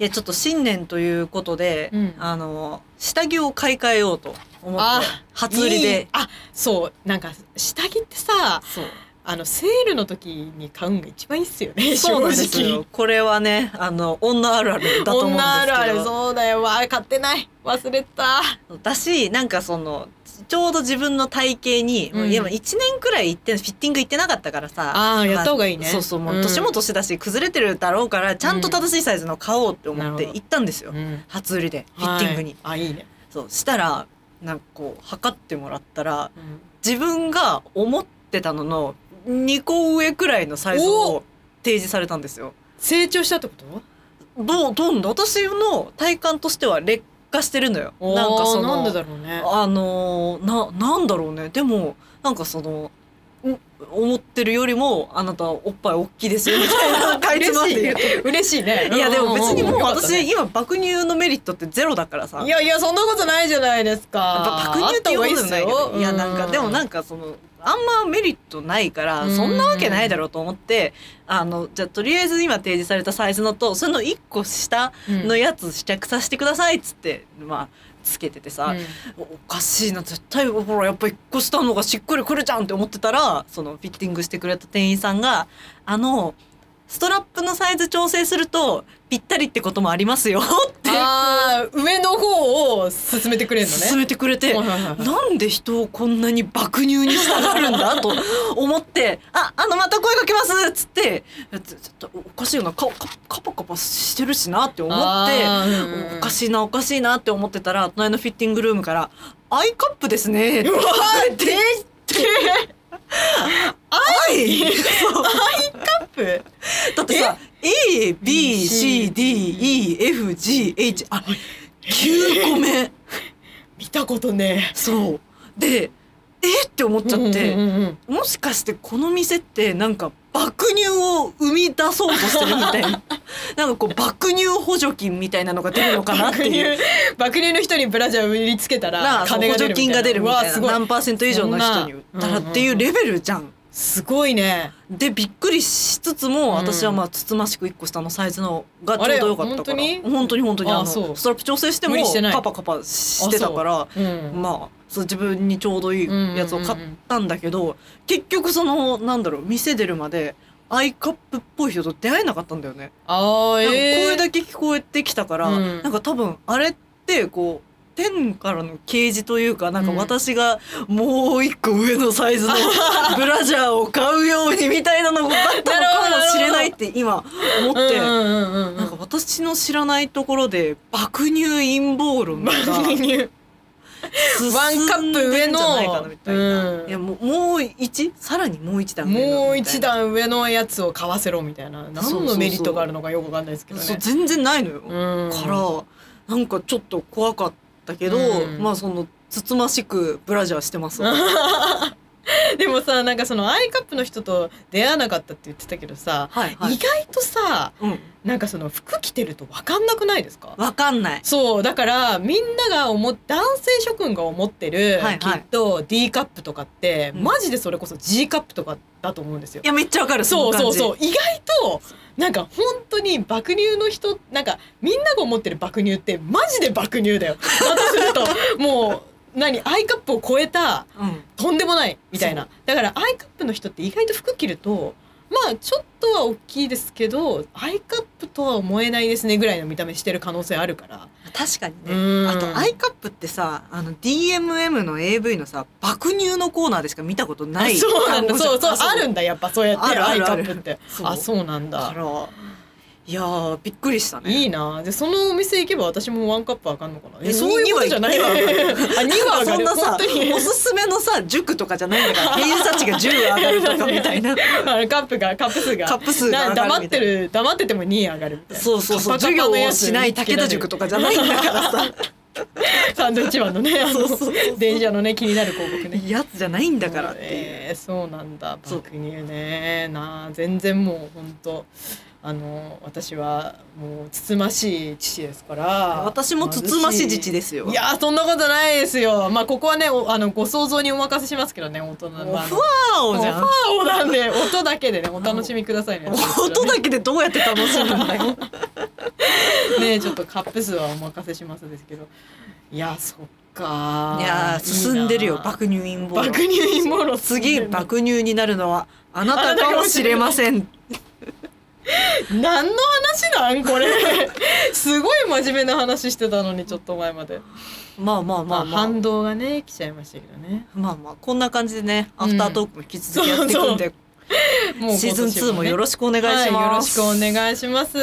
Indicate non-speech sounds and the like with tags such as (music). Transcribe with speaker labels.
Speaker 1: いやちょっと新年ということで、
Speaker 2: うん
Speaker 1: あの下着を買い替えようと思って
Speaker 2: あ
Speaker 1: 初売りで
Speaker 2: いいあそうなんか下着ってさ
Speaker 1: そう
Speaker 2: あのセールの時に買うのが一番いいっすよ
Speaker 1: (laughs)
Speaker 2: ね
Speaker 1: そうなんです
Speaker 2: 正
Speaker 1: よ
Speaker 2: 直
Speaker 1: これはねあの女あるあるだと思うんですけど
Speaker 2: 女あるあるそうだよわあ買ってない忘れた
Speaker 1: だしなんかそのちょうど自分の体型に、
Speaker 2: うん
Speaker 1: いやまあ1年くらい行ってフィッティング行ってなかったからさ
Speaker 2: あーやった方がいいね
Speaker 1: そうそうも
Speaker 2: う
Speaker 1: うん年も年だし崩れてるだろうからちゃんと正しいサイズの買おうって
Speaker 2: な
Speaker 1: 思
Speaker 2: る
Speaker 1: っ
Speaker 2: ほ
Speaker 1: て
Speaker 2: ど
Speaker 1: 行ったんですよ、
Speaker 2: ん
Speaker 1: 初売りでフィッティングに、
Speaker 2: はいあいいね、
Speaker 1: そうしたらなんかこう測ってもらったら自分が思ってたのの2個上くらいのサイズを提示されたんですよ
Speaker 2: 成長したってこと
Speaker 1: どうどんどん私の体感としては劣化してるのよなんかその
Speaker 2: あーなんでだろうね
Speaker 1: あのーななんだろうねでもなんかそのん思ってるよりもあなたおっぱい大きいですよみたいな感じま
Speaker 2: 嬉
Speaker 1: で
Speaker 2: しい
Speaker 1: 言
Speaker 2: ね
Speaker 1: う
Speaker 2: 嬉しいね
Speaker 1: いやでも別にもう
Speaker 2: よかった
Speaker 1: 私、
Speaker 2: ね
Speaker 1: 今爆乳のメリットってゼロだからさ
Speaker 2: いやいやそんなことないじゃないですか
Speaker 1: 爆乳っていうことじゃないけ
Speaker 2: あった方
Speaker 1: ど
Speaker 2: が
Speaker 1: いやなんかでもなん
Speaker 2: か
Speaker 1: んかそのあんまメリットないから
Speaker 2: うん
Speaker 1: そんなわけないだろうと思ってあのじゃあとりあえず今提示されたサイズのとその1個下のやつ試着させてくださいっつってまあつけててさ、おかしいな絶対ほらやっぱ一個下の方がしっくりくるじゃんって思ってたらそのフィッティングしてくれた店員さんが「あのストラップのサイズ調整するとぴったりってこともありますよ」って
Speaker 2: あー上の方を進めてくれるのね
Speaker 1: 勧めてくれて。
Speaker 2: はいはいはい
Speaker 1: なんで人をこんなに爆乳にしたがるんだと思って「ああのまた声かけます」っつってちょちょっとおかしいよなカカカパカパしてるしなって思って
Speaker 2: あーうん
Speaker 1: おかしいなおかしいなって思ってたら隣のフィッティングルームから「アイカップですね」って言って「愛」そう
Speaker 2: カップ
Speaker 1: だってさ ABCDEFGH あ9個目
Speaker 2: 見たことね
Speaker 1: そうでえって思っちゃって。
Speaker 2: うんうんうん
Speaker 1: もしかしてこの店ってなんか爆乳を生み出そうとしてるみたい
Speaker 2: (laughs)
Speaker 1: ななんかこう爆乳補助金みたいなのが出るのかなっ
Speaker 2: 爆
Speaker 1: ていう。
Speaker 2: 乳爆乳の人にブラジャー売りつけた
Speaker 1: な
Speaker 2: ら
Speaker 1: あその
Speaker 2: 金
Speaker 1: 補
Speaker 2: が出
Speaker 1: 助
Speaker 2: る
Speaker 1: 金が出るみ
Speaker 2: わ
Speaker 1: た
Speaker 2: あ
Speaker 1: いな
Speaker 2: すごい
Speaker 1: 何パーセント以上の人に売ったらっていうレベルじゃん。
Speaker 2: すごいね
Speaker 1: でびっくりしつつも
Speaker 2: ん
Speaker 1: 私はまあつつましく1個下のサイズのが
Speaker 2: あ
Speaker 1: ちょう
Speaker 2: れ
Speaker 1: どよかったから
Speaker 2: 本当に
Speaker 1: 本当に本当に
Speaker 2: あ
Speaker 1: あの
Speaker 2: そう
Speaker 1: ストラップ調整しても
Speaker 2: 無理してない
Speaker 1: カパカパしてたから
Speaker 2: うん
Speaker 1: まあそう自分にちょうどいいやつを買ったんだけど、結局そのなんだろう店出るまでアイカップっぽい人と出会えなかったんだよね。
Speaker 2: ああ
Speaker 1: なんか
Speaker 2: え
Speaker 1: 声
Speaker 2: え
Speaker 1: だけ聞こえてきたから、
Speaker 2: うん
Speaker 1: なんか多分あれってこう。天からの啓示というかなんか
Speaker 2: うん
Speaker 1: 私がもう一個上のサイ
Speaker 2: (laughs)
Speaker 1: ズのブラジャーを買うようにみたいなのがあったのかもしれないって今思って
Speaker 2: う
Speaker 1: なん
Speaker 2: うんうんうん
Speaker 1: んか私の知らないところで爆乳陰謀論が
Speaker 2: 爆乳 (laughs) ワンカップ上
Speaker 1: 進ん
Speaker 2: の
Speaker 1: でんじゃないかなみたいな、
Speaker 2: うん
Speaker 1: いやもうもう一さらにもう一段上
Speaker 2: も
Speaker 1: のみ
Speaker 2: う
Speaker 1: たい
Speaker 2: 一
Speaker 1: な
Speaker 2: 段上のやつを買わせろみたいな
Speaker 1: そう
Speaker 2: 何
Speaker 1: そうそ
Speaker 2: の
Speaker 1: う
Speaker 2: メリットがあるのかよくわかんないですけどね
Speaker 1: そう全然ないのよ、
Speaker 2: うん
Speaker 1: からなんかちょっと怖かったけど、
Speaker 2: うん
Speaker 1: まあそのつつましくブラジャーしてます
Speaker 2: (laughs) でもさなんかそのアイカップの人と出会わなかったって言ってたけどさ、
Speaker 1: はいは
Speaker 2: 意
Speaker 1: い、
Speaker 2: 外とさ
Speaker 1: うん、
Speaker 2: なんかその服着てると分かんなくないですか
Speaker 1: わかんない
Speaker 2: そうだからみんなが思っ男性諸君が思って
Speaker 1: は
Speaker 2: る、
Speaker 1: いはい
Speaker 2: きっと D カップとかって、
Speaker 1: うん
Speaker 2: マジでそれこそ G カップとかだと思うんですよ
Speaker 1: い。やめっちゃわかる
Speaker 2: そうそうそうう意外となんか本当に爆乳の人なんかみんなが思ってる爆乳ってマジで爆乳だよ。だとするともう何アイカップを超えた
Speaker 1: 感じ、
Speaker 2: とんでもないみたいなだからアイカップの人って意外と服着るとまあちょっとは大きいですけどアイカップとは思えないですねぐらいの見た目してる可能性あるから。
Speaker 1: うん、確かにね
Speaker 2: うん
Speaker 1: あとアイカップってさあの DMM の AV のさ爆乳のコーナーでしか見たことない
Speaker 2: あ (laughs) そうなんだそうそうあるん
Speaker 1: だ
Speaker 2: だやっぱそうやって
Speaker 1: あるあ
Speaker 2: アイ
Speaker 1: る
Speaker 2: カ
Speaker 1: ある
Speaker 2: ップって
Speaker 1: そう
Speaker 2: あそうなん
Speaker 1: か
Speaker 2: だ
Speaker 1: らいやーびっくりしたね
Speaker 2: いいなでそのお店行けば私もワンカップあかんのかな
Speaker 1: え
Speaker 2: えそういうことじゃない (laughs) わあ
Speaker 1: に
Speaker 2: 2
Speaker 1: に
Speaker 2: は上が
Speaker 1: そん
Speaker 2: る
Speaker 1: な
Speaker 2: 本
Speaker 1: さ
Speaker 2: 当に
Speaker 1: おすすめのさ塾とかじゃないんだから
Speaker 2: (laughs)
Speaker 1: 偏差値が10上がるとかみたいな
Speaker 2: あの (laughs) カップがカップ数が
Speaker 1: カップ数が上が
Speaker 2: な
Speaker 1: る
Speaker 2: 黙
Speaker 1: み
Speaker 2: った
Speaker 1: い
Speaker 2: て
Speaker 1: な
Speaker 2: る黙ってても2位上がるみたいな
Speaker 1: そうそうそう
Speaker 2: カッ
Speaker 1: 授
Speaker 2: パカ
Speaker 1: 業
Speaker 2: ッパのや
Speaker 1: を
Speaker 2: つ
Speaker 1: しない武田塾とかじゃないんだから
Speaker 2: (laughs)
Speaker 1: さ
Speaker 2: サンドイッチマンのね
Speaker 1: (laughs)
Speaker 2: あ
Speaker 1: そ
Speaker 2: の
Speaker 1: うそうそう
Speaker 2: 電車のね気になる広告ね
Speaker 1: やつじゃないんだからっていう。
Speaker 2: えーそうなんだ
Speaker 1: そう
Speaker 2: 爆乳ねなあ全然もう本当あの私はもうつつましい父ですから
Speaker 1: 私もつつましい父ですよ
Speaker 2: 貧しいいやそんなことないですよまあここはねおあのご想像にお任せしますけどね大人の
Speaker 1: もう
Speaker 2: あの
Speaker 1: ふわーおじゃん
Speaker 2: ファーをなんで音だけでねお楽しみくださいね
Speaker 1: 音だけでどうやって楽しむんだよ
Speaker 2: ねちょっとカップ数はお任せしますですけどいやそっか
Speaker 1: いやー進んでるよ爆
Speaker 2: 爆
Speaker 1: 乳陰謀論
Speaker 2: 爆乳陰謀論
Speaker 1: 次
Speaker 2: 進んでる
Speaker 1: 爆乳になるのはあなたかもしれま
Speaker 2: (laughs)
Speaker 1: せん
Speaker 2: 何の話なんこれ (laughs) すごい真面目な話してたのにちょっと前まで
Speaker 1: まあまあま
Speaker 2: ま
Speaker 1: あ
Speaker 2: あ
Speaker 1: まあ
Speaker 2: 反動がね来ちゃいましたけどね
Speaker 1: まあまあこんな感じでね
Speaker 2: う
Speaker 1: ア
Speaker 2: ん
Speaker 1: フタートークも引き続きやっていくんで、
Speaker 2: もう今年
Speaker 1: シーズン2もよ
Speaker 2: ね
Speaker 1: ろしくお願いします、
Speaker 2: はい、よろしくお願いします